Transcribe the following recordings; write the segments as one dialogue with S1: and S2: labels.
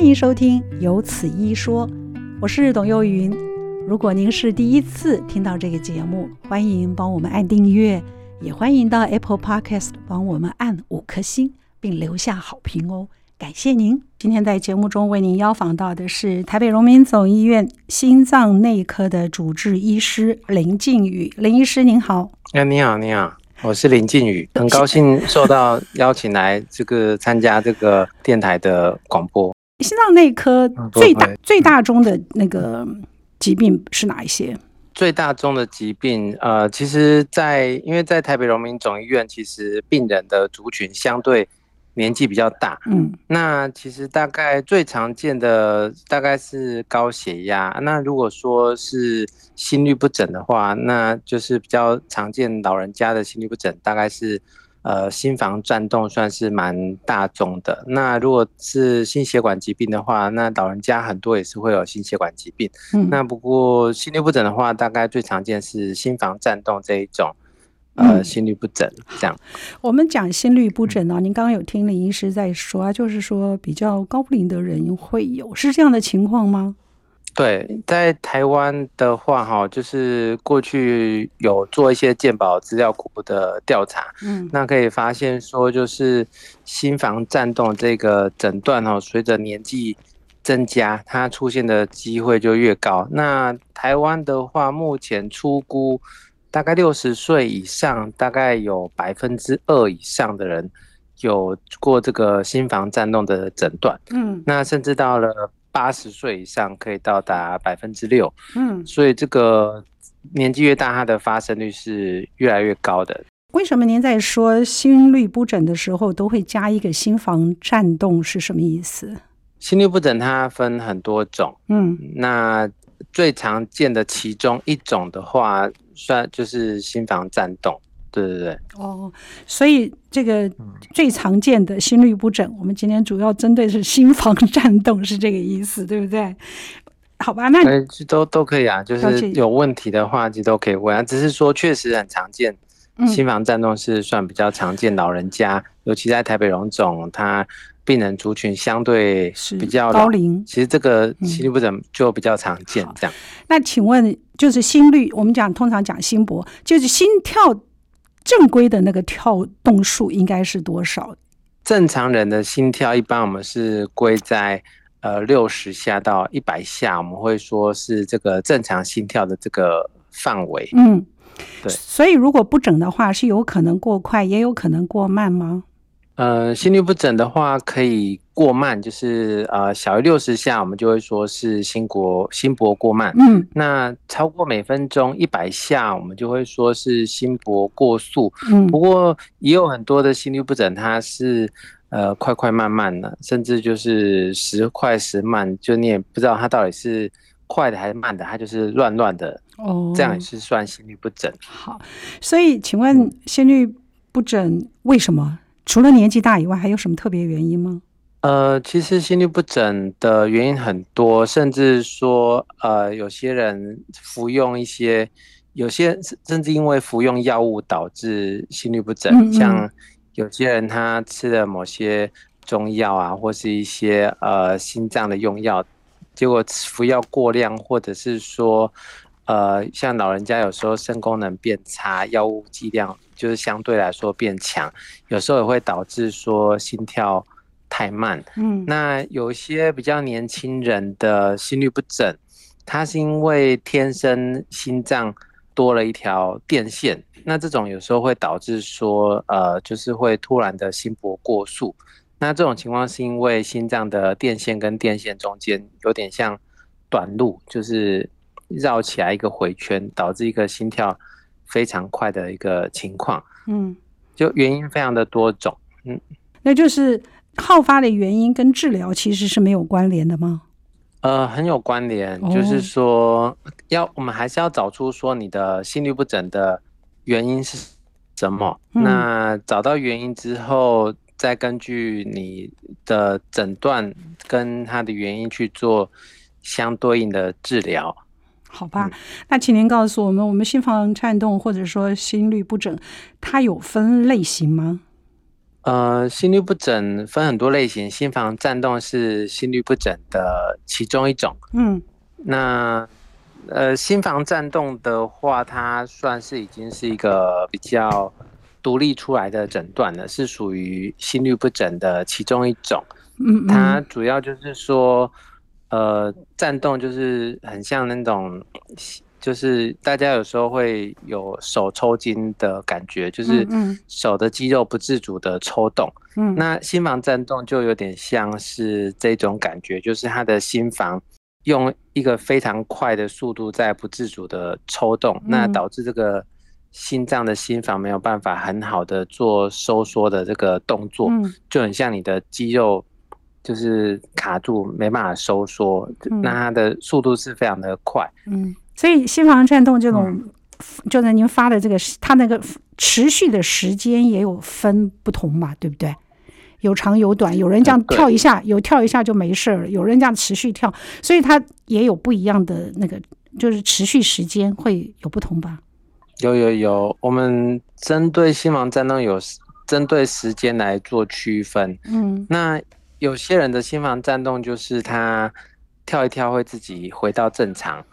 S1: 迎收听《有此一说》，我是董幼云。如果您是第一次听到这个节目，欢迎帮我们按订阅，也欢迎到 Apple Podcast 帮我们按五颗星，并留下好评哦，感谢您。今天在节目中为您邀访到的是台北荣民总医院心脏内科的主治医师林靖宇，林医师您好。
S2: 哎、你好，你好，我是林靖宇，很高兴受到邀请来这个参加这个电台的广播。
S1: 心脏内科
S2: 嗯不
S1: 最大
S2: 会
S1: 最大宗的那个疾病是哪一些？
S2: 最大宗的疾病，呃，其实在，因为在台北荣民总医院，其实病人的族群相对年纪比较大，
S1: 嗯
S2: 那其实大概最常见的大概是高血压，那如果说是心律不整的话，那就是比较常见老人家的心律不整，大概是呃心房颤动算是蛮大众的。那如果是心血管疾病的话，那老人家很多也是会有心血管疾病。
S1: 嗯，
S2: 那不过心律不整的话，大概最常见是心房颤动这一种，呃
S1: 嗯
S2: 心律不整这样。
S1: 我们讲心律不整
S2: 嗯
S1: 啊，您刚刚有听林医师在说啊，就是说比较高龄的人会有，是这样的情况吗？
S2: 对，在台湾的话，哈，就是过去有做一些健保资料库的调查，
S1: 嗯
S2: 那可以发现说，就是心房颤动这个诊断哈，随着年纪增加，它出现的机会就越高。那台湾的话，目前初估大概六十岁以上，大概有百分之二以上的人有过这个心房颤动的诊断。
S1: 嗯
S2: 那甚至到了八十岁以上，可以到达百分之六，
S1: 嗯，
S2: 所以这个年纪越大，它的发生率是越来越高的。
S1: 为什么您在说心律不整的时候都会加一个心房颤动是什么意思？
S2: 心律不整它分很多种，
S1: 嗯
S2: 那最常见的其中一种的话，算就是心房颤动，对对对，
S1: 哦，所以这个
S2: 嗯
S1: 最常见的心律不整，我们今天主要针对是心房颤动，是这个意思，对不对？好吧，那
S2: 哎，这都都可以啊，就
S1: 了解
S2: 是有问题的话，其实都可以问啊，只是说确实很常见。
S1: 嗯
S2: 心房颤动是算比较常见，老人家，尤其在台北荣总，它病人族群相对
S1: 是
S2: 比较
S1: 高
S2: 老
S1: 龄
S2: 其实这个
S1: 嗯
S2: 心律不整就比较常见
S1: 好，
S2: 这样。
S1: 那请问，就是心率，我们讲通常讲心搏，就是心跳正规的那个跳动数应该是多少？
S2: 正常人的心跳一般我们是归在呃六十下到一百下，我们会说是这个正常心跳的这个范围。
S1: 嗯，
S2: 对
S1: 所以如果不整的话，是有可能过快，也有可能过慢吗？
S2: 呃，心律不整的话，可以过慢，就是呃小于六十下，我们就会说是心搏心搏过慢。
S1: 嗯
S2: 那超过每分钟一百下，我们就会说是心搏过速。
S1: 嗯
S2: 不过也有很多的心律不整，它是呃快快慢慢的，甚至就是时快时慢，就你也不知道它到底是快的还是慢的，它就是乱乱的，
S1: 哦，
S2: 这样也是嗯算心律不整。
S1: 好。所以，请问心率不整为什么？除了年纪大以外，还有什么特别原因吗？
S2: 呃，其实心律不整的原因很多，甚至说，呃，有些人服用一些，有些人甚甚至因为服用药物导致心律不整，
S1: 嗯嗯
S2: 像有些人他吃了某些中药啊，或是一些呃心脏的用药，结果吃服药过量，或者是说，呃，像老人家有时候肾功能变差，药物剂量就是相对来说变强，有时候也会导致说心跳太慢。
S1: 嗯，
S2: 那有一些比较年轻人的心律不整，他是因为天生心脏多了一条电线，那这种有时候会导致说，呃，就是会突然的心搏过速。那这种情况是因为心脏的电线跟电线中间有点像短路，就是绕起来一个回圈，导致一个心跳非常快的一个情况。
S1: 嗯，
S2: 就原因非常的多种。
S1: 那就是好发的原因跟治疗其实是没有关联的吗？
S2: 呃，很有关联，就
S1: 哦
S2: 是说要我们还是要找出说你的心律不整的原因是什么。
S1: 嗯
S2: 那找到原因之后，再根据你的诊断跟它的原因去做相对应的治疗。
S1: 好吧
S2: 嗯，
S1: 那请您告诉我们，我们心房颤动或者说心律不整，它有分类型吗？
S2: 呃，心律不整分很多类型，心房颤动是心律不整的其中一种。
S1: 嗯
S2: 那呃，心房颤动的话，它算是已经是一个比较独立出来的诊断了，是属于心律不整的其中一种。
S1: 嗯，
S2: 它
S1: 嗯
S2: 主要就是说，呃，颤动就是很像那种，就是大家有时候会有手抽筋的感觉，就是
S1: 嗯
S2: 手的肌肉不自主的抽动。
S1: 嗯，
S2: 那心房颤动就有点像是这种感觉，就是他的心房用一个非常快的速度在不自主的抽动，
S1: 嗯
S2: 那导致这个心脏的心房没有办法很好的做收缩的这个动作，
S1: 嗯
S2: 就很像你的肌肉就是卡住没办法收缩，
S1: 嗯
S2: 那它的速度是非常的快。
S1: 嗯，所以心房颤动这种，
S2: 嗯
S1: 就是您发的这个时，它那个持续的时间也有分不同嘛，对不对？有长有短，有人这样
S2: 嗯对
S1: 跳一下，有跳一下就没事儿了，有人这样持续跳，所以它也有不一样的那个，就是持续时间会有不同吧？
S2: 有有有，我们针对心房颤动有针对时间来做区分。
S1: 嗯
S2: 那有些人的心房颤动就是他跳一跳会自己回到正常，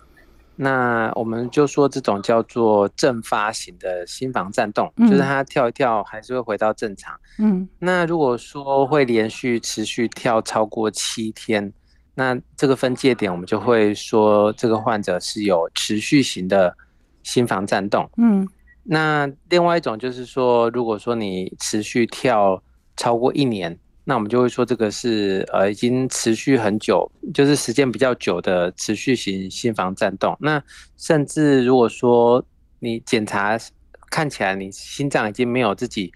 S2: 那我们就说这种叫做正发型的心房颤动，
S1: 嗯
S2: 就是他跳一跳还是会回到正常。
S1: 嗯
S2: 那如果说会连续持续跳超过七天，那这个分界点我们就会说这个患者是有持续型的心房颤动。
S1: 嗯
S2: 那另外一种就是说，如果说你持续跳超过一年，那我们就会说这个是呃已经持续很久，就是时间比较久的持续型心房颤动。那甚至如果说你检查看起来你心脏已经没有自己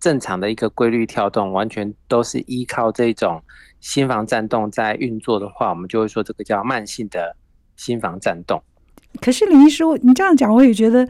S2: 正常的一个规律跳动，完全都是依靠这种心房颤动在运作的话，我们就会说这个叫慢性的心房颤动。
S1: 可是林医师，我你这样讲，我也觉得，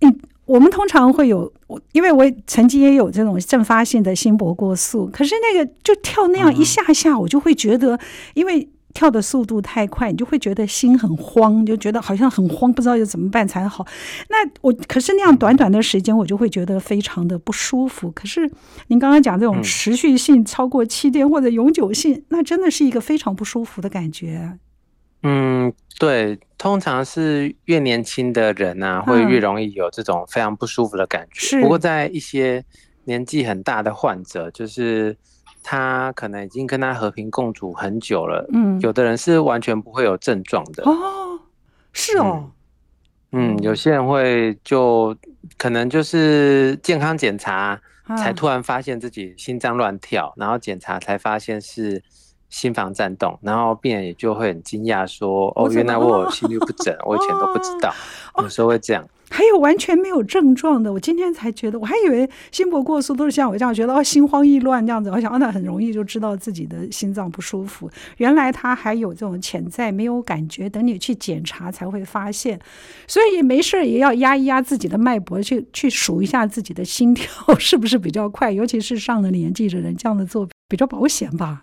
S1: 嗯，我们通常会有，
S2: 嗯
S1: 我因为我也曾经也有这种阵发性的心搏过速，可是那个就跳那样
S2: 嗯
S1: 一下下，我就会觉得，因为跳的速度太快，你就会觉得心很慌，就觉得好像很慌，不知道要怎么办才好。那我可是那样短短的时间，我就会觉得非常的不舒服。可是您刚刚讲这种
S2: 嗯
S1: 持续性超过七天或者永久性，那真的是一个非常不舒服的感觉。
S2: 嗯，对，通常是越年轻的人啊，会越
S1: 嗯
S2: 容易有这种非常不舒服的感觉。
S1: 是
S2: 不过在一些年纪很大的患者，就是他可能已经跟他和平共处很久了，
S1: 嗯，
S2: 有的人是完全不会有症状的。
S1: 哦，是哦。
S2: 嗯，有些人会就可能就是健康检查才
S1: 啊
S2: 突然发现自己心脏乱跳，然后检查才发现是心房颤动，然后病人也就会很惊讶说：“
S1: 我
S2: 哦，
S1: 怎
S2: 原来
S1: 么
S2: 我
S1: 了
S2: 有心律不整，我以前都不知道。”
S1: 哦
S2: 有时候会这样。
S1: 还有完全没有症状的，我今天才觉得，我还以为心搏过速都是像我这样觉得哦，心慌意乱这样子，我想哦，那很容易就知道自己的心脏不舒服。原来他还有这种潜在没有感觉，等你去检查才会发现。所以没事儿也要压一压自己的脉搏，去去数一下自己的心跳 是不是比较快，尤其是上了年纪的人这样的做比较保险吧。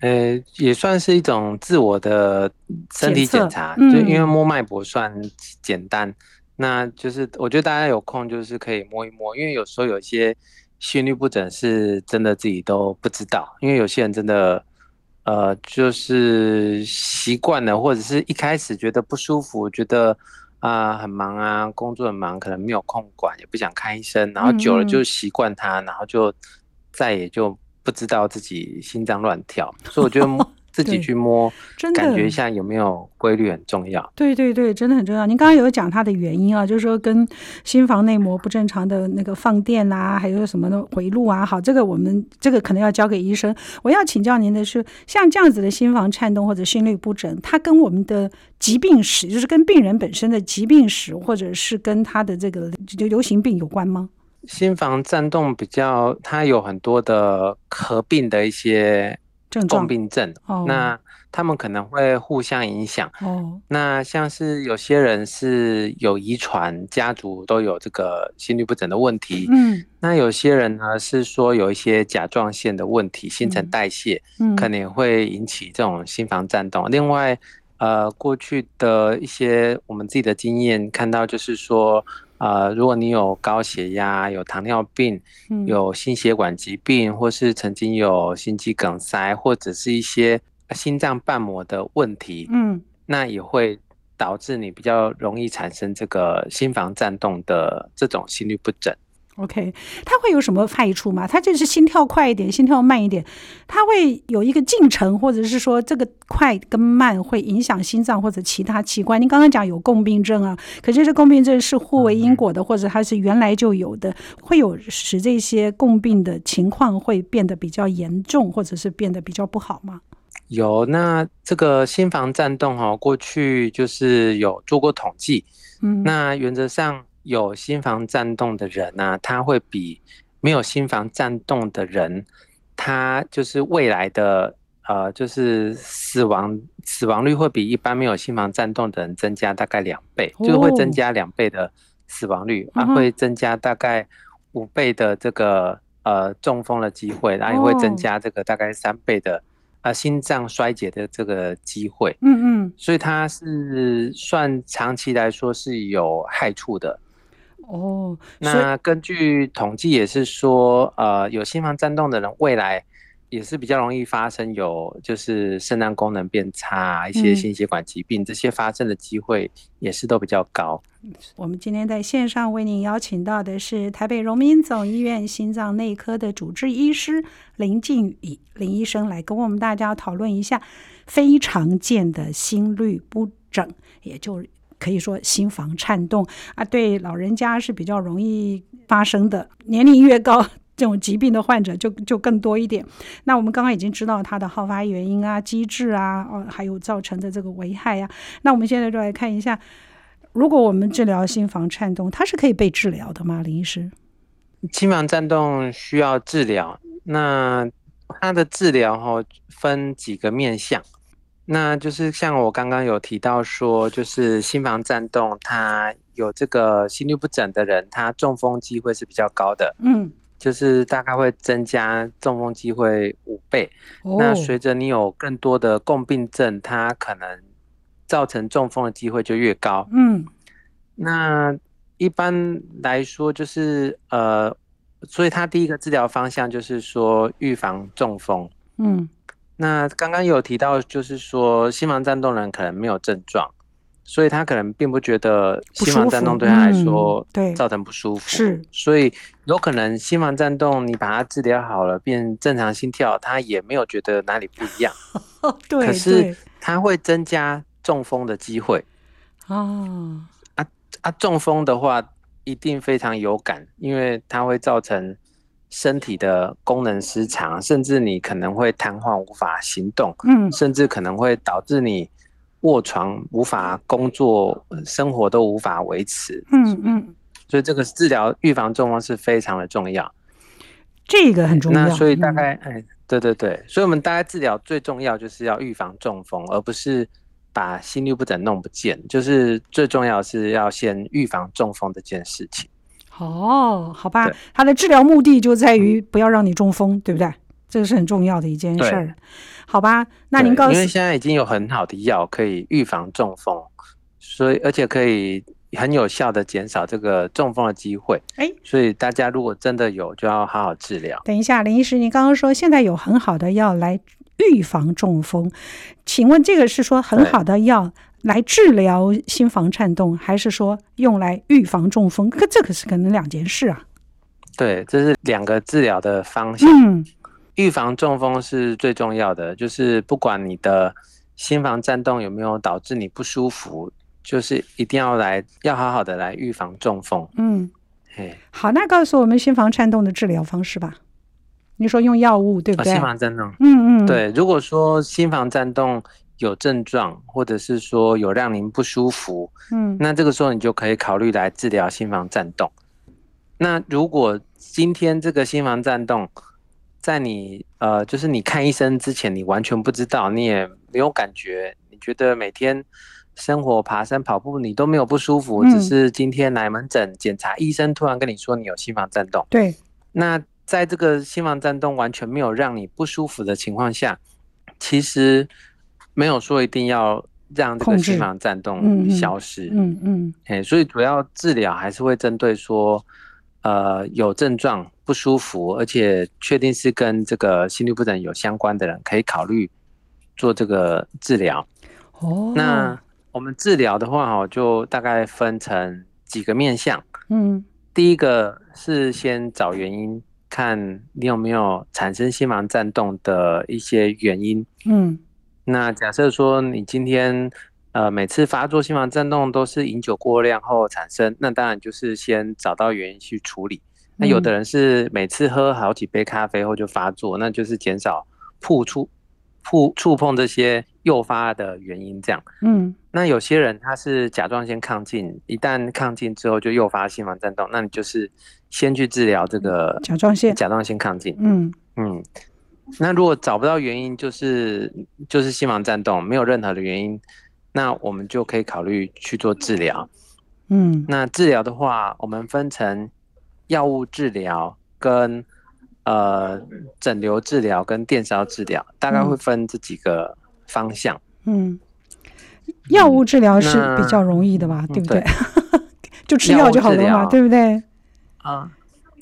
S2: 呃，也算是一种自我的身体
S1: 检测
S2: 检查，
S1: 嗯
S2: 就因为摸脉搏算简单，那就是我觉得大家有空就是可以摸一摸，因为有时候有一些心律不整是真的自己都不知道，因为有些人真的呃就是习惯了，或者是一开始觉得不舒服，觉得啊、很忙啊，工作很忙，可能没有空管，也不想看医生，然后久了
S1: 嗯嗯
S2: 就习惯它，然后就再也就不知道自己心脏乱跳，所以我 觉得摸自己
S1: 对
S2: 去摸，
S1: 真的
S2: 感觉一下有没有规律很重要。
S1: 对对对，真的很重要。您刚刚有讲它的原因啊，就是说跟心房内膜不正常的那个放电啊，还有什么的回路啊。好，这个我们这个可能要交给医生。我要请教您的是，像这样子的心房颤动或者心律不整，它跟我们的疾病史，就是跟病人本身的疾病史，或者是跟他的这个就流行病有关吗？
S2: 心房颤动比较，它有很多的合并的一些
S1: 症状
S2: 共病症，
S1: 哦
S2: 那他们可能会互相影响。
S1: 哦，
S2: 那像是有些人是有遗传，家族都有这个心律不整的问题。
S1: 嗯
S2: 那有些人呢是说有一些甲状腺的问题，新陈
S1: 嗯
S2: 代谢、
S1: 嗯，
S2: 可能也会引起这种心房颤动。另外，呃，过去的一些我们自己的经验看到，就是说，呃，如果你有高血压、有糖尿病、
S1: 嗯
S2: 有心血管疾病，或是曾经有心肌梗塞，或者是一些呃心脏瓣膜的问题，
S1: 嗯
S2: 那也会导致你比较容易产生这个心房颤动的这种心律不整。
S1: ，OK，它会有什么坏处吗？它就是心跳快一点，心跳慢一点，它会有一个进程，或者是说这个快跟慢会影响心脏或者其他器官。您刚刚讲有共病症啊，可是这共病症是互为因果的，或者它是原来就有的，会有使这些共病的情况会变得比较严重，或者是变得比较不好吗？
S2: 有，那这个心房颤动哦，过去就是有做过统计，
S1: 嗯，
S2: 那原则上有心房颤动的人呢、啊他会比没有心房颤动的人，他就是未来的呃，就是死亡死亡率会比一般没有心房颤动的人增加大概两倍，就是会增
S1: 哦
S2: 加两倍的死亡率，啊，
S1: 嗯哼
S2: 会增加大概五倍的这个呃中风的机会，然后也会
S1: 哦
S2: 增加这个大概三倍的呃心脏衰竭的这个机会。
S1: 嗯嗯，
S2: 所以它是算长期来说是有害处的。
S1: 哦，所以
S2: 那根据统计也是说，呃，有心房颤动的人未来也是比较容易发生有就是肾脏功能变差、一些
S1: 嗯
S2: 心血管疾病、这些发生的机会也是都比较高。
S1: 我们今天在线上为您邀请到的是台北荣民总医院心脏内科的主治医师林静宇林医生来跟我们大家讨论一下非常见的心律不整，也就可以说心房颤动啊，对老人家是比较容易发生的，年龄越高。这种疾病的患者就就更多一点。那我们刚刚已经知道它的好发原因啊、机制啊，哦，还有造成的这个危害啊。那我们现在就来看一下，如果我们治疗心房颤动，它是可以被治疗的吗？林医师？
S2: 心房颤动需要治疗，那它的治疗哈、分几个面向，那就是像我刚刚有提到说，就是心房颤动，它有这个心律不整的人，他中风机会是比较高的，
S1: 嗯，
S2: 就是大概会增加中风机会五倍。
S1: 哦
S2: 那随着你有更多的共病症，它可能造成中风的机会就越高。
S1: 嗯
S2: 那一般来说，就是呃，所以它第一个治疗方向就是说预防中风。
S1: 嗯
S2: 那刚刚有提到，就是说心房颤动人可能没有症状，所以他可能并不觉得
S1: 不
S2: 心房
S1: 舒
S2: 颤
S1: 服
S2: 动对他来
S1: 嗯
S2: 说
S1: 对
S2: 造成不舒服，
S1: 是
S2: 所以有可能心房颤动你把它治疗好了，变正常心跳，他也没有觉得哪里不一样，
S1: 哦，对
S2: 可
S1: 对
S2: 是它会增加中风的机会。
S1: 啊，
S2: 啊，中风的话一定非常有感，因为它会造成身体的功能失常，甚至你可能会瘫痪无法行动，
S1: 嗯
S2: 甚至可能会导致你卧床无法工作，呃生活都无法维持。
S1: 嗯嗯，
S2: 所以这个治疗预防中风是非常的重要。
S1: 这个很重要。
S2: 那所以大
S1: 嗯
S2: 概，哎，对对对，所以我们大概治疗最重要就是要预防中风，而不是把心律不整弄不见，就是最重要是要先预防中风这件事情。
S1: 哦，好吧
S2: 对，嗯
S1: 它的治疗目的就在于不要让你中风，对不对？这个是很重要的一件事儿，好吧？那您
S2: 对
S1: 告
S2: 因为
S1: 诉
S2: 现在已经有很好的药可以预防中风，所以而且可以很有效的减少这个中风的机会，
S1: 哎，
S2: 所以大家如果真的有，就要好好治疗。
S1: 等一下，林医师，您刚刚说现在有很好的药来预防中风，请问这个是说很
S2: 对
S1: 好的药来治疗心房颤动，还是说用来预防中风？可这可是可能两件事啊。
S2: 对，这是两个治疗的方向。
S1: 嗯
S2: 预防中风是最重要的，就是不管你的心房颤动有没有导致你不舒服，就是一定要来，要好好的来预防中风。
S1: 嗯，
S2: 嘿，
S1: 好，那告诉我们心房颤动的治疗方式吧。你说用药物对不
S2: 啊，
S1: 对？
S2: 心房颤动，
S1: 嗯嗯，，
S2: 对，如果说心房颤动有症状，或者是说有让您不舒服，
S1: 嗯
S2: 那这个时候你就可以考虑来治疗心房颤动。那如果今天这个心房颤动，在你呃，就是你看医生之前，你完全不知道，你也没有感觉，你觉得每天生活、爬山、跑步你都没有不舒服，
S1: 嗯
S2: 只是今天来门诊检查，医生突然跟你说你有心房颤动。
S1: 对，
S2: 那在这个心房颤动完全没有让你不舒服的情况下，其实没有说一定要让这
S1: 控
S2: 个
S1: 制
S2: 心房颤
S1: 嗯
S2: 动
S1: 嗯
S2: 消失。
S1: 嗯嗯
S2: 哎、所以主要治疗还是会针对说，呃，有症状不舒服，而且确定是跟这个心律不整有相关的人，可以考虑做这个治疗。
S1: 哦，
S2: 那我们治疗的话，哦，就大概分成几个面向。
S1: 嗯
S2: 第一个是先找原因，看你有没有产生心房颤动的一些原因。
S1: 嗯
S2: 那假设说你今天呃每次发作心房颤动都是饮酒过量后产生，那当然就是先找到原因去处理。那有
S1: 嗯
S2: 的人是每次喝好几杯咖啡后就发作，那就是减少触触触触碰这些诱发的原因这样。
S1: 嗯
S2: 那有些人他是甲状腺亢进，一旦亢进之后就诱发心房颤动，那你就是先去治疗这个
S1: 嗯甲状腺
S2: 甲状腺亢进。
S1: 嗯
S2: 嗯，那如果找不到原因，就是就是心房颤动，没有任何的原因，那我们就可以考虑去做治疗。
S1: 嗯
S2: 那治疗的话，我们分成药物治疗跟呃整流治疗跟电烧治疗，大概
S1: 嗯
S2: 会分这几个方向。
S1: 嗯，药物治疗是
S2: 那
S1: 比较容易的吧，
S2: 嗯
S1: 对不对
S2: 对？
S1: 就吃药就好了
S2: 药
S1: 嘛，
S2: 物治疗
S1: 对不对？
S2: 啊，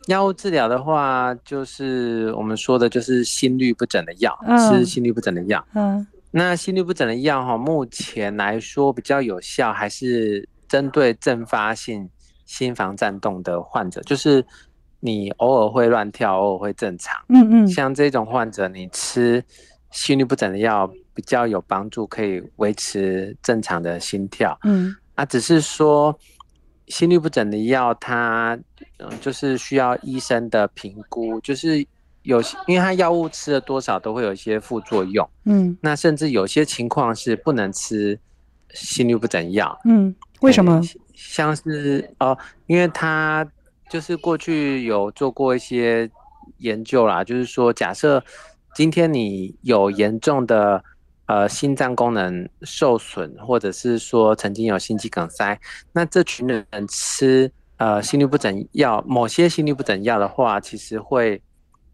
S2: 药物治疗的话，就是我们说的，就是心律不整的药，
S1: 嗯
S2: 吃心律不整的药。
S1: 嗯
S2: 那心律不整的药哈，目前来说比较有效，还是针对阵发性心房颤动的患者，就是你偶尔会乱跳，偶尔会正常，
S1: 嗯嗯
S2: 像这种患者，你吃心律不整的药比较有帮助，可以维持正常的心跳。
S1: 嗯
S2: 啊，只是说心律不整的药它，嗯，就是需要医生的评估，就是有些因为它药物吃了多少都会有一些副作用，
S1: 嗯
S2: 那甚至有些情况是不能吃心律不整药。
S1: 嗯，为什么
S2: 呃？像是哦、因为它就是过去有做过一些研究啦，就是说，假设今天你有严重的呃心脏功能受损，或者是说曾经有心肌梗塞，那这群人吃呃心律不整药，某些心律不整药的话，其实会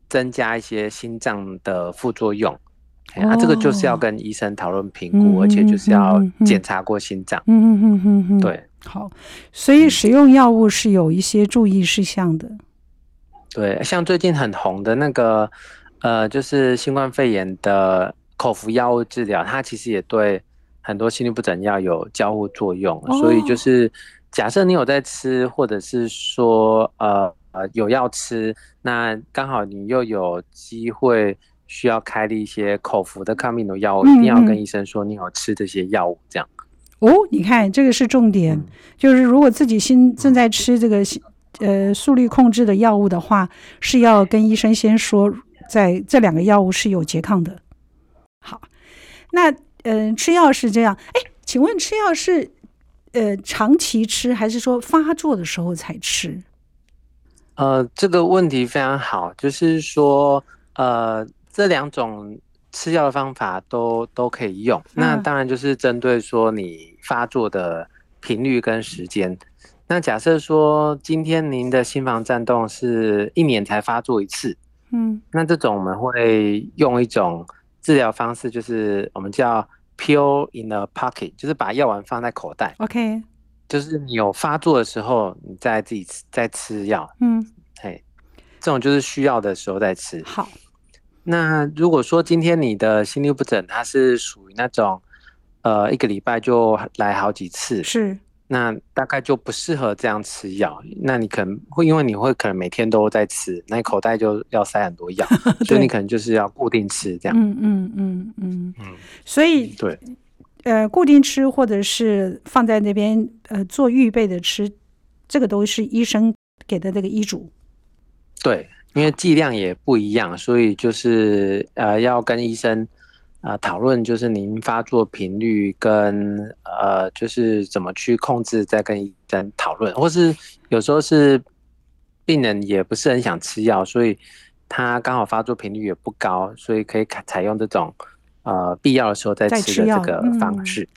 S2: 增加一些心脏的副作用。哎啊，这个就是要
S1: 哦
S2: 跟医生讨论评
S1: 嗯
S2: 估，而且就是要
S1: 嗯嗯嗯嗯
S2: 检查过心脏。
S1: 嗯嗯嗯嗯嗯，
S2: 对，，嗯
S1: 好，所以使用药物是有一些注意事项的。
S2: 对，像最近很红的那个，呃，就是新冠肺炎的口服药物治疗，它其实也对很多心律不整药有交互作用。所以
S1: 哦
S2: 就是，假设你有在吃，或者是说，呃呃，有要吃，那刚好你又有机会需要开立一些口服的抗病毒药物，一定要
S1: 嗯嗯
S2: 跟医生说你有吃这些药物，这样。
S1: 哦，你看这个是重点，
S2: 嗯
S1: 就是如果自己心正在吃这个心呃速率控制的药物的话，是要跟医生先说，在这两个药物是有拮抗的。好，那嗯、呃吃药是这样，哎，请问吃药是呃长期吃，还是说发作的时候才吃？
S2: 呃，这个问题非常好，就是说，呃，这两种吃药的方法都都可以用。那
S1: 嗯
S2: 当然就是针对说你发作的频率跟时间。那假设说今天您的心房颤动是一年才发作一次，
S1: 嗯
S2: 那这种我们会用一种治疗方式，就是我们叫 pill in a pocket，就是把药丸放在口袋，
S1: ，OK，
S2: 就是你有发作的时候，你再自己吃再吃药。
S1: 嗯，
S2: 嘿，这种就是需要的时候再吃。
S1: 好，
S2: 那如果说今天你的心律不整，它是属于那种，呃，一个礼拜就来好几次，
S1: 是，
S2: 那大概就不适合这样吃药。那你可能会因为你会可能每天都在吃，那你口袋就要塞很 多药，所以
S1: 对
S2: 你可能就是要固定吃这样。
S1: 嗯嗯嗯嗯，
S2: 嗯，
S1: 所以
S2: 对，
S1: 呃，固定吃或者是放在那边呃做预备的吃，这个都是医生给的那个医嘱。
S2: 对，因为剂量也不一样，所以就是呃要跟医生呃讨论，就是您发作频率跟呃就是怎么去控制，再跟医生讨论，或是有时候是病人也不是很想吃药，所以他刚好发作频率也不高，所以可以采采用这种呃必要的时候再
S1: 再吃
S2: 吃的
S1: 药
S2: 这个
S1: 嗯
S2: 方式。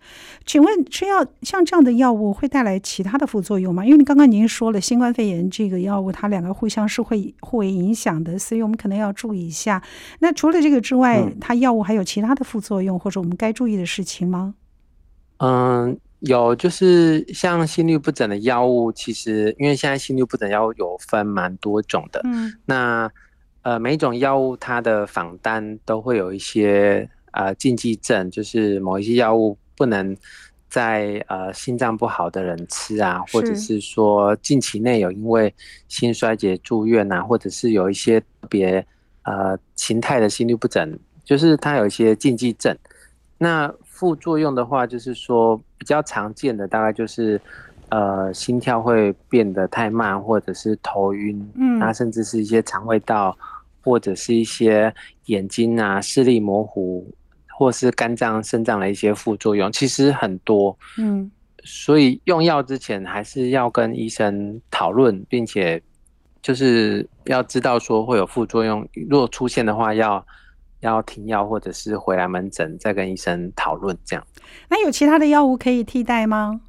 S1: 请问吃药像这样的药物会带来其他的副作用吗？因为你刚刚您说了新冠肺炎这个药物，它两个互相是会互为影响的，所以我们可能要注意一下。那除了这个之外，
S2: 嗯
S1: 它药物还有其他的副作用或者我们该注意的事情吗？
S2: 嗯，有，就是像心律不整的药物，其实因为现在心律不整药物有分蛮多种的，
S1: 嗯
S2: 那呃每一种药物它的仿单都会有一些呃禁忌症，就是某一些药物不能在呃心脏不好的人吃啊，或者
S1: 是
S2: 是说近期内有因为心衰竭住院啊，或者是有一些特别呃形态的心律不整，就是它有一些禁忌症。那副作用的话，就是说比较常见的大概就是，呃，心跳会变得太慢，或者是头晕，
S1: 嗯
S2: 那甚至是一些肠胃道，或者是一些眼睛啊视力模糊，或是肝脏、肾脏的一些副作用，其实很多。
S1: 嗯
S2: 所以用药之前还是要跟医生讨论，并且就是要知道说会有副作用，如果出现的话要要停药或者是回来门诊再跟医生讨论这样。
S1: 那有其他的药物可以替代吗？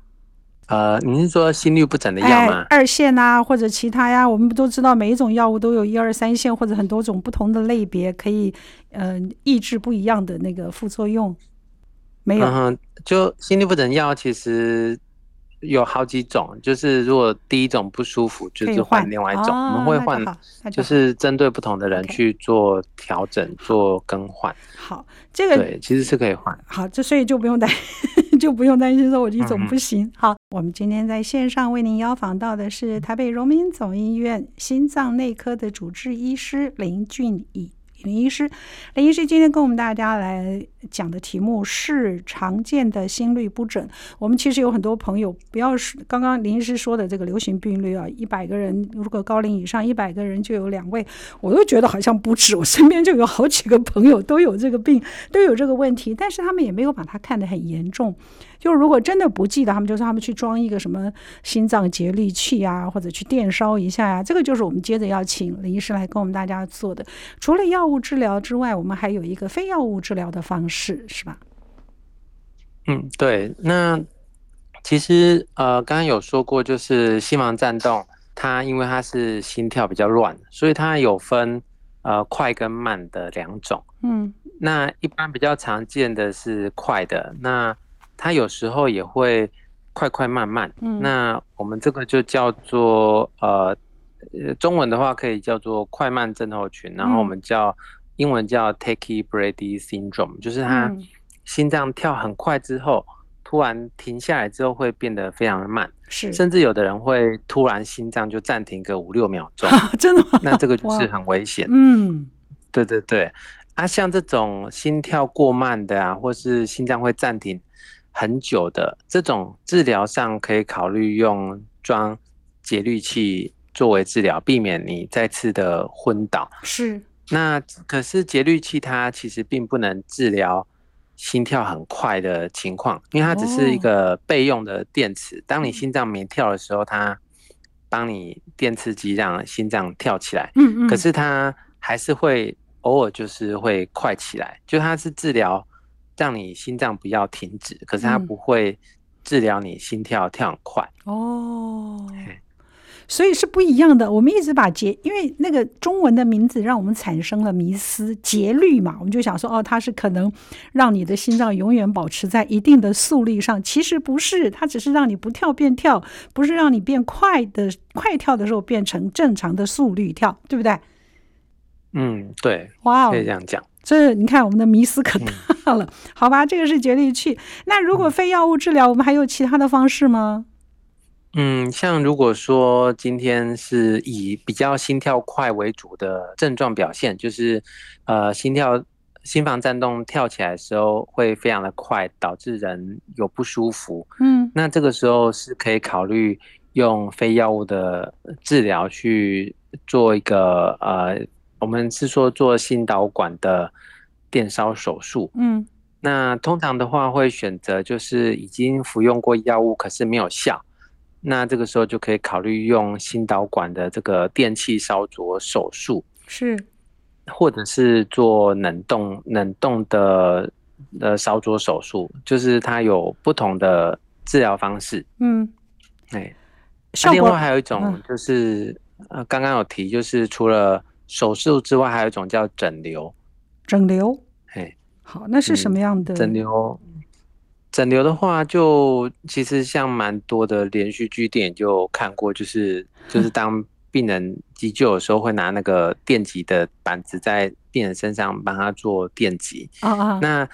S2: 呃，你是说心律不整的药
S1: 哎
S2: 吗？，
S1: 二线呐、或者其他呀，我们不都知道每一种药物都有一二三线或者很多种不同的类别，可以呃抑制不一样的那个副作用。没有，
S2: 嗯哼，就心律不整药其实有好几种，就是如果第一种不舒服，就
S1: 可以
S2: 是
S1: 换
S2: 换另外一种，我
S1: 哦
S2: 们会
S1: 那就
S2: 换，
S1: 好那就
S2: 就
S1: 好
S2: 是针对不同的人
S1: OK
S2: 去做调整、做更换。
S1: 好，这个
S2: 对，其实是可以换。
S1: 好，这所以就不用担 就不用担心说我一总
S2: 嗯嗯
S1: 不行。好，我们今天在线上为您邀访到的是台北荣民总医院心脏内科的主治医师林俊乙。林医师，林医师今天跟我们大家来讲的题目是常见的心律不整。我们其实有很多朋友，不要是刚刚林医师说的这个流行病率啊，一百个人如果高龄以上，一百个人就有两位，我又觉得好像不止，我身边就有好几个朋友都有这个病，都有这个问题，但是他们也没有把它看得很严重。就是如果真的不记得，他们就说他们去装一个什么心脏节律器啊，或者去电烧一下呀、这个就是我们接着要请林医师来跟我们大家做的。除了药物治疗之外，我们还有一个非药物治疗的方式，是吧？
S2: 嗯，对。那其实呃，刚刚有说过，就是心房颤动，它因为它是心跳比较乱，所以它有分呃快跟慢的两种。
S1: 嗯
S2: 那一般比较常见的是快的，那它有时候也会快快慢慢。
S1: 嗯
S2: 那我们这个就叫做呃，呃中文的话可以叫做快慢症候群，然后我们叫、
S1: 嗯
S2: 英文叫 Tachybrady syndrome，就是它
S1: 嗯
S2: 心脏跳很快之后，突然停下来之后会变得非常慢，
S1: 是，
S2: 甚至有的人会突然心脏就暂停个五六秒 钟，
S1: 真的吗？
S2: 那这个就是
S1: 哇
S2: 很危险。
S1: 嗯
S2: 对对对，啊，像这种心跳过慢的啊，或是心脏会暂停很久的这种治疗上，可以考虑用装节律器作为治疗，避免你再次的昏倒。
S1: 是
S2: 那可是节律器它其实并不能治疗心跳很快的情况，因为它只是一
S1: 哦
S2: 个备用的电池。当
S1: 嗯
S2: 你心脏没跳的时候，它帮你电刺激让心脏跳起来。
S1: 嗯嗯，
S2: 可是它还是会偶尔就是会快起来，就它是治疗让你心脏不要停止，可是它
S1: 嗯
S2: 不会治疗你心跳跳很快。
S1: 哦
S2: 嘿，
S1: 所以是不一样的。我们一直把节，因为那个中文的名字让我们产生了迷思，节律嘛，我们就想说，哦，它是可能让你的心脏永远保持在一定的速率上，其实不是，它只是让你不跳变跳，不是让你变快的快跳的时候变成正常的速率跳，对不对？
S2: 嗯，对，
S1: 哇、
S2: 可以
S1: 哦
S2: 这，样讲。
S1: 这你看我们的迷思可大了，好吧？这个是节律器。那如果非药物治疗，我们还有其他的方式吗？
S2: 嗯，像如果说今天是以比较心跳快为主的症状表现，就是呃心跳心房颤动跳起来的时候会非常的快，导致人有不舒服。
S1: 嗯
S2: 那这个时候是可以考虑用非药物的治疗去做一个呃，我们是说做心导管的电烧手术。
S1: 嗯
S2: 那通常的话会选择就是已经服用过药物可是没有效，那这个时候就可以考虑用心导管的这个电气烧灼手术。
S1: 是
S2: 或者是做冷冻冷冻的呃烧灼手术，就是它有不同的治疗方式。
S1: 嗯。
S2: 哎，那
S1: 效
S2: 另
S1: 果
S2: 外还有一
S1: 嗯
S2: 种就是、呃刚刚有提，就是除了手术之外，还有一种叫整流。
S1: 整流。
S2: 哎，
S1: 好，那是什
S2: 嗯
S1: 么样的？
S2: 整流整流的话就，其实像蛮多的连续剧电影就看过，就是
S1: 嗯
S2: 就是当病人急救的时候，会拿那个电极的板子在病人身上帮他做电极。
S1: 啊啊，
S2: 那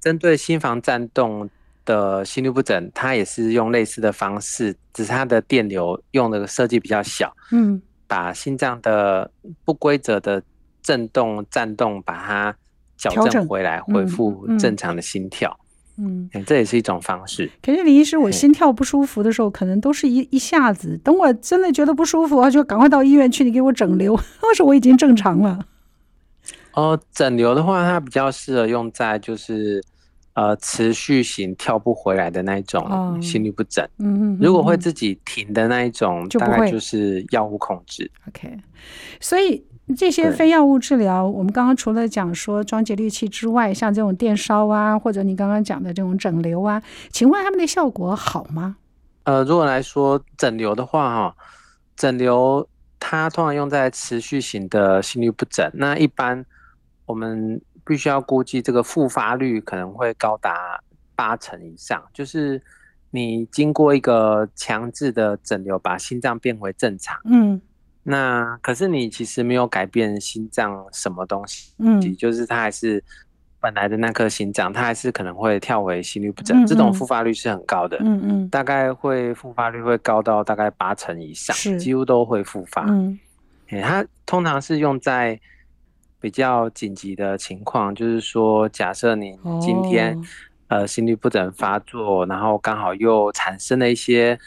S2: 针对心房颤动的心律不整，它也是用类似的方式，只是它的电流用的设计比较小，
S1: 嗯
S2: 把心脏的不规则的震动、颤动把它矫
S1: 调整
S2: 正回来，恢
S1: 嗯
S2: 复
S1: 嗯
S2: 正常的心跳。
S1: 嗯。
S2: 嗯，这也是一种方式。
S1: 可是李医师，我
S2: 嗯
S1: 心跳不舒服的时候，可能都是一一下子。等我真的觉得不舒服，就赶快到医院去，你给我整 流，或者我已经正常了。
S2: 哦，整流的话，它比较适合用在就是呃持续型跳不回来的那一
S1: 哦
S2: 种心律不整。
S1: 嗯，嗯嗯
S2: 如果会
S1: 嗯
S2: 自己停的那一种，
S1: 就
S2: 大
S1: 不
S2: 概
S1: 会
S2: 就是药物控制。
S1: OK，所以这些
S2: 对
S1: 非药物治疗，我们刚刚除了讲说装节律器之外，像这种电烧啊，或者你刚刚讲的这种整流啊，请问他们的效果好吗？
S2: 呃，如果来说整流的话，哈，整流它通常用在持续型的心律不整。那一般我们必须要估计这个复发率可能会高达八成以上，就是你经过一个强制的整流，把心脏变回正常。
S1: 嗯
S2: 那可是你其实没有改变心脏什么东西，
S1: 嗯
S2: 就是它还是本来的那颗心脏，它还是可能会跳回心律不
S1: 嗯
S2: 整，这
S1: 嗯
S2: 种复发率是很高的，
S1: 嗯嗯
S2: 大概会复发率会高到大概八成以上
S1: 是，
S2: 几乎都会复发。
S1: 嗯
S2: 诶它通常是用在比较紧急的情况，就是说，假设你
S1: 哦，
S2: 今天、呃心律不整发作，然后刚好又产生了一些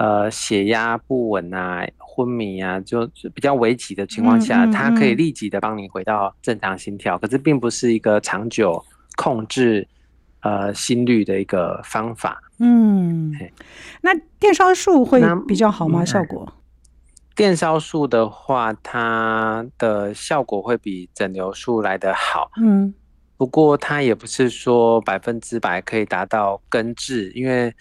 S2: 呃血压不稳啊、昏迷啊，就就比较危急的情况下，
S1: 嗯嗯
S2: 它可以
S1: 嗯
S2: 立即的帮你回到正常心跳，可是并不是一个长久控制呃心率的一个方法。
S1: 嗯
S2: 嘿，
S1: 那电烧术会
S2: 那
S1: 比较好吗？
S2: 嗯
S1: 效果？
S2: 电烧术的话，它的效果会比整流术来得好，
S1: 嗯
S2: 不过它也不是说百分之百可以达到根治，因为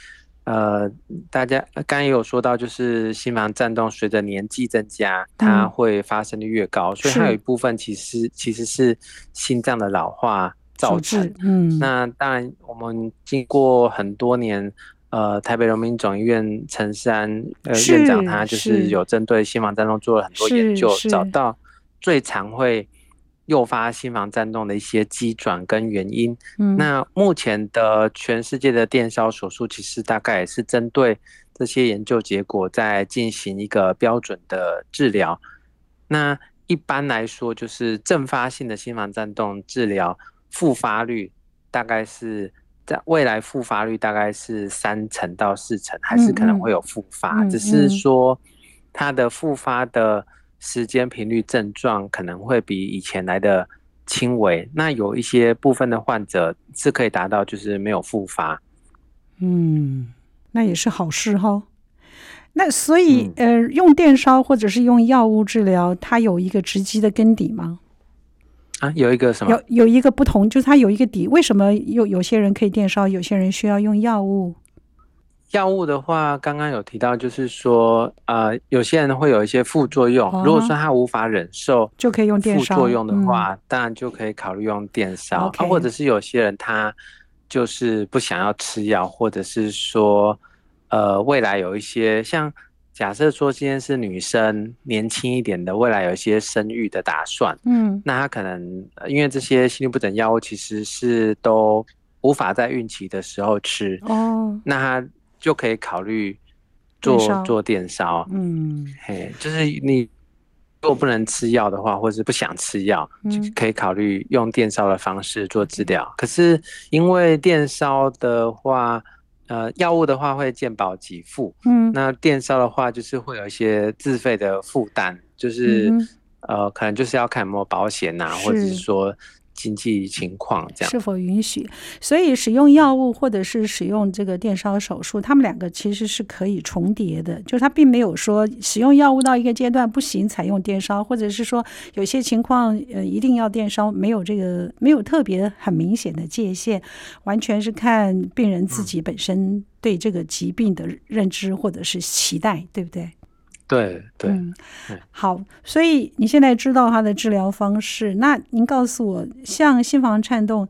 S2: 呃，大家刚刚也有说到，就是心房颤动随着年纪增加，它
S1: 嗯
S2: 会发生的越高，所以它
S1: 是
S2: 有一部分其实其实是心脏的老化造
S1: 所
S2: 成
S1: 致。嗯
S2: 那当然，我们经过很多年，呃，台北荣民总医院陈山呃
S1: 是
S2: 院长，他就是是有针对心房颤动做了很多研究
S1: 是是，
S2: 找到最常会诱发心房颤动的一些机转跟原因。
S1: 嗯
S2: 那目前的全世界的电烧手术，其实大概也是针对这些研究结果在进行一个标准的治疗。那一般来说，就是阵发性的心房颤动治疗复发率大概是在未来复发率大概是三成到四成，还是可能会有复发，
S1: 嗯嗯
S2: 只
S1: 嗯
S2: 是说它的复发的时间、频率、症状可能会比以前来的轻微。那有一些部分的患者是可以达到就是没有复发。
S1: 嗯，那也是好事哈。那所以、
S2: 嗯
S1: 呃，用电烧或者是用药物治疗，它有一个直击的根底吗？
S2: 啊，有一个什么
S1: 有？有一个不同，就是它有一个底。为什么有有些人可以电烧，有些人需要用药物？
S2: 药物的话，刚刚有提到，就是说，呃，有些人会有一些副作用。
S1: 哦
S2: 如果说他无法忍受
S1: 就可以用电
S2: 副
S1: 烧
S2: 作用的话，当然就可以考虑用电烧。
S1: OK
S2: 啊，或者是有些人他就是不想要吃药，或者是说，呃，未来有一些像假设说今天是女生年轻一点的，未来有一些生育的打算，
S1: 嗯
S2: 那他可能呃因为这些心律不整药物其实是都无法在孕期的时候吃。
S1: 哦
S2: 那他就可以考虑
S1: 电
S2: 做
S1: 烧
S2: 做电烧。
S1: 嗯
S2: 嘿，就是你如果不能吃药的话，或是不想吃药，就
S1: 嗯
S2: 可以考虑用电烧的方式做治疗。可是因为电烧的话，呃，药物的话会健保给付，
S1: 嗯
S2: 那电烧的话，就是会有一些自费的负担，就是、
S1: 嗯
S2: 呃，可能就是要看有没有保险呐、或者
S1: 是
S2: 是说经济情况这样。
S1: 是否允许？所以使用药物或者是使用这个电烧手术，他们两个其实是可以重叠的，就是它并没有说使用药物到一个阶段不行才用电烧，或者是说有些情况呃一定要电烧，没有这个没有特别很明显的界限，完全是看病人
S2: 嗯
S1: 自己本身对这个疾病的认知或者是期待，对不对？
S2: 对对。
S1: 嗯
S2: 对，
S1: 好，所以你现在知道它的治疗方式，那您告诉我，像心房颤动，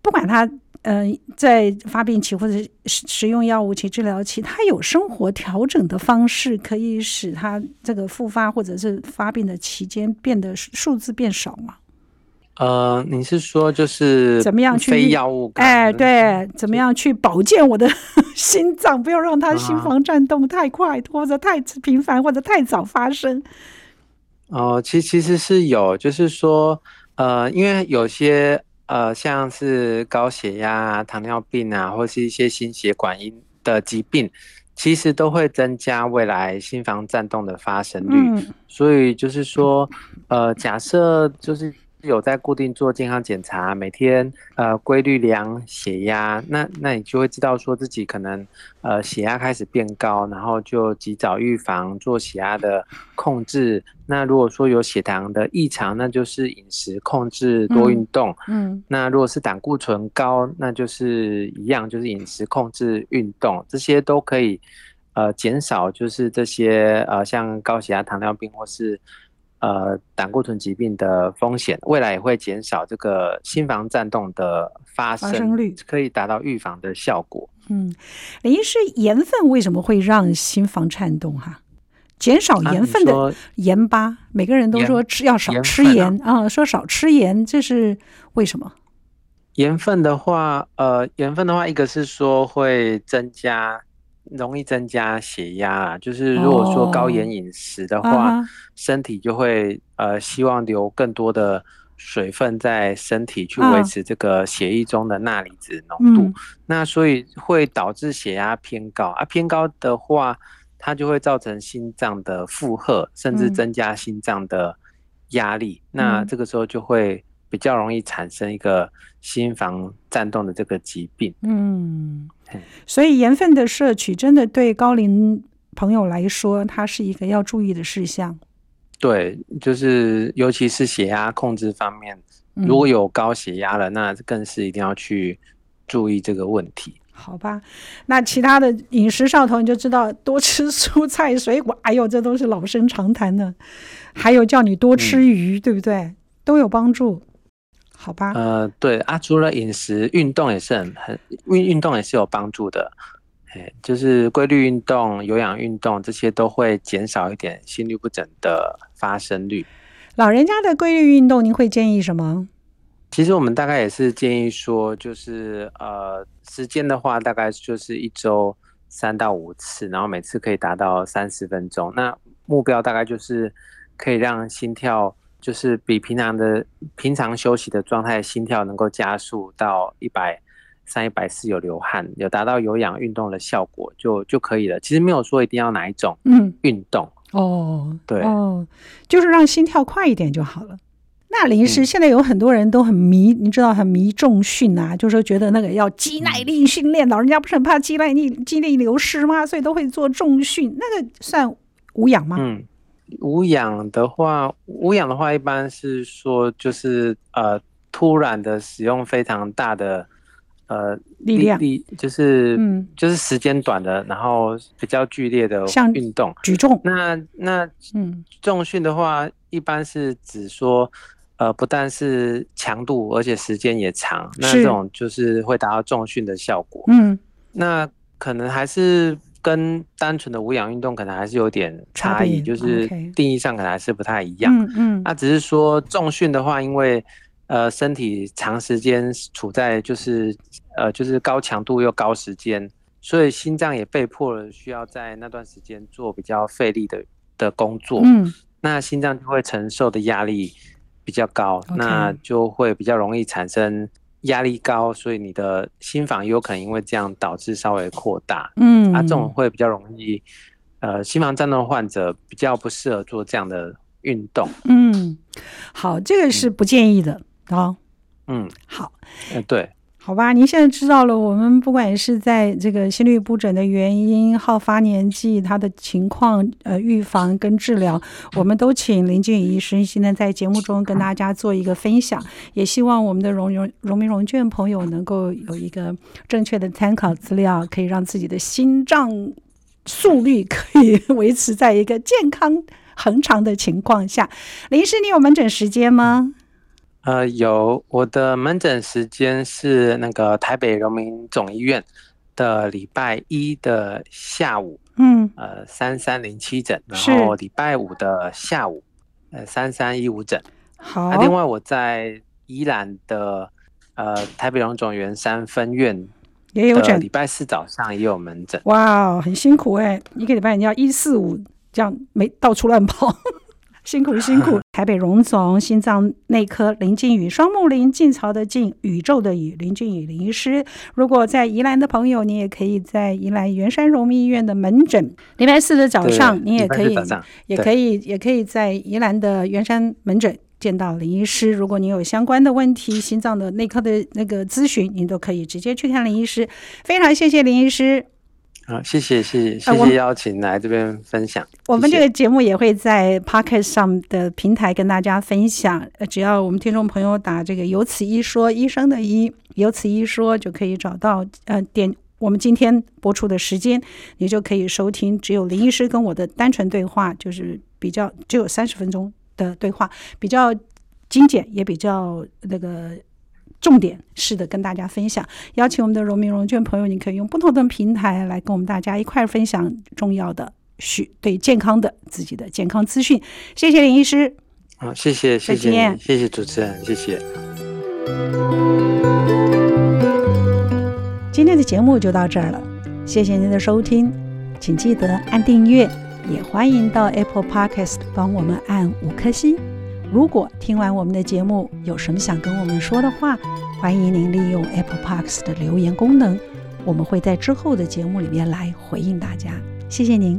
S1: 不管它呃，在发病期或者使使用药物期、治疗期，他有生活调整的方式，可以使他这个复发或者是发病的期间变得数字变少吗？
S2: 呃，你是说就是
S1: 怎么样去
S2: 非药物感？
S1: 哎，对，啊怎么样去保健我的 心脏，不要让它心房颤动太快，或者太频繁，或者太早发生。
S2: 哦，其其实是有，就是说，呃，因为有些呃，像是高血压啊、糖尿病啊，或是一些心血管因的疾病，其实都会增加未来心房颤动的发生率。
S1: 嗯
S2: 所以就是说，呃，假设就是有在固定做健康检查，每天呃规律量血压，那那你就会知道说自己可能呃血压开始变高，然后就及早预防做血压的控制。那如果说有血糖的异常，那就是饮食控制、多运动。
S1: 嗯
S2: 那如果是胆固醇高，那就是一样，就是饮食控制、运动，这些都可以，呃，减少就是这些呃，像高血压、糖尿病或是呃胆固醇疾病的风险，未来也会减少这个心房颤动的发生
S1: 发生率
S2: 可以达到预防的效果。
S1: 嗯，林医师，盐分为什么会让心房颤动、哈，减少
S2: 啊
S1: 盐
S2: 你
S1: 分的
S2: 说
S1: 盐巴，每个人都
S2: 盐
S1: 说吃要少
S2: 盐
S1: 吃
S2: 分啊
S1: 盐啊、说少吃盐，这是为什么？
S2: 盐分的话，呃，盐分的话，一个是说会增加，容易增加血压啊，就是如果说高盐
S1: 哦
S2: 饮食的话，
S1: 啊哈，
S2: 身体就会呃希望留更多的水分在身体去
S1: 啊
S2: 维持这个血液中的钠离子浓度，
S1: 嗯
S2: 那所以会导致血压偏高啊，偏高的话，它就会造成心脏的负荷，甚至
S1: 嗯
S2: 增加心脏的压力。那
S1: 嗯
S2: 这个时候就会比较容易产生一个心房颤动的这个疾病。
S1: 嗯
S2: 嘿，
S1: 所以盐分的摄取真的对高龄朋友来说，它是一个要注意的事项。
S2: 对，就是尤其是血压控制方面，
S1: 嗯
S2: 如果有高血压了，那更是一定要去注意这个问题。
S1: 好吧，那其他的饮食上头你就知道多吃蔬菜水果，哎呦，这都是老生常谈的。还有叫你多
S2: 嗯
S1: 吃鱼，对不对？都有帮助。好吧，
S2: 呃，对啊，除了饮食，运动也是很很运运动也是有帮助的。哎，就是规律运动、有氧运动，这些都会减少一点心律不整的发生率。
S1: 老人家的规律运动，您会建议什么？
S2: 其实我们大概也是建议说，就是呃，时间的话，大概就是一周三到五次，然后每次可以达到三十分钟。那目标大概就是可以让心跳，就是比平常的平常休息的状态，心跳能够加速到一百三、一百四有流汗，有达到有氧运动的效果就就可以了。其实没有说一定要哪一种
S1: 嗯，
S2: 运动，
S1: 哦，
S2: 对
S1: 哦，就是让心跳快一点就好了。那林医师，
S2: 嗯
S1: 现在有很多人都很迷，你知道很迷重训啊，就是说觉得那个要肌耐力训练，老人家不是很怕肌耐力肌力流失吗？所以都会做重训，那个算无氧吗？
S2: 嗯，无氧的话，无氧的话一般是说就是呃突然的使用非常大的呃
S1: 力量
S2: 力就是
S1: 嗯
S2: 就是时间短的，然后比较剧烈的
S1: 像
S2: 运动。
S1: 举重，
S2: 那那
S1: 嗯
S2: 重训的话，一般是指说。呃，不但是强度，而且时间也长，那
S1: 是
S2: 这种就是会达到重训的效果。
S1: 嗯，
S2: 那可能还是跟单纯的无氧运动可能还是有点
S1: 差
S2: 差异，
S1: 别
S2: 就是
S1: ，OK
S2: 定义上可能还是不太一样。
S1: 嗯
S2: 那只是说重训的话，因为呃身体长时间处在就是呃就是高强度又高时间，所以心脏也被迫了需要在那段时间做比较费力的的工作。
S1: 嗯嗯，
S2: 那心脏就会承受的压力比较高
S1: OK
S2: 那就会比较容易产生压力高，所以你的心房也有可能因为这样导致稍微扩大。
S1: 嗯
S2: 啊，这种会比较容易，呃，心房颤动患者比较不适合做这样的运动。
S1: 嗯，好，这个是不建议的啊、
S2: 嗯，
S1: 好。
S2: 呃，对，
S1: 好吧，您现在知道了，我们不管是在这个心律不整的原因、好发年纪、它的情况、呃预防跟治疗，我们都请林俊宇医生现在在节目中跟大家做一个分享，也希望我们的荣荣荣民荣眷朋友能够有一个正确的参考资料，可以让自己的心脏速率可以维持在一个健康恒常的情况下。林医师，你有门诊时间吗？
S2: 呃，有我的门诊时间是那个台北荣民总医院的礼拜一的下午，
S1: 嗯
S2: 呃，三三零七诊，然
S1: 是
S2: 后礼拜五的下午，呃，三三一五诊。
S1: 好，
S2: 那、另外我在宜兰的呃台北荣总园山分院
S1: 也有
S2: 的
S1: 诊
S2: 礼，拜四早上也有门诊。
S1: 哇哦，很辛苦哎、一个礼拜你要一四五这样没到处乱跑， 辛苦辛 苦。台北荣总心脏内科林靖宇，双目林晋朝的晋，宇宙的宇，林靖宇林医师。如果在宜兰的朋友，你也可以在宜兰圆山荣民医院的门诊，礼拜四的早
S2: 对
S1: 上你也
S2: 礼拜
S1: 可
S2: 四
S1: 以
S2: 早上
S1: 也
S2: 对
S1: 可以，也可以在宜兰的圆山门诊见到林医师。如果你有相关的问题，心脏的内科的那个咨询，你都可以直接去看林医师。非常谢谢林医师。
S2: 啊，谢谢谢谢
S1: 呃
S2: 谢
S1: 我
S2: 谢邀请来这边分享。
S1: 我们
S2: 谢
S1: 这
S2: 谢
S1: 个节目也会在 Pocket 上的平台跟大家分享，呃只要我们听众朋友打这个“有此一说”，医生的“医”，有此一说就可以找到，呃，点我们今天播出的时间，你就可以收听只有林医师跟我的单纯对话，就是比较只有三十分钟的对话，比较精简，也比较那个重点式的跟大家分享。邀请我们的荣民荣眷朋友，你可以用不同的平台来跟我们大家一块儿分享重要的许对健康的自己的健康资讯。谢谢林医师。
S2: 啊，谢谢谢谢
S1: 见
S2: 你，谢谢主持人，谢谢。
S1: 今天的节目就到这儿了，谢谢您的收听，请记得按订阅，也欢迎到 Apple Podcast 帮我们按五颗星。如果听完我们的节目有什么想跟我们说的话，欢迎您利用 Apple Podcast 的留言功能，我们会在之后的节目里面来回应大家。谢谢您，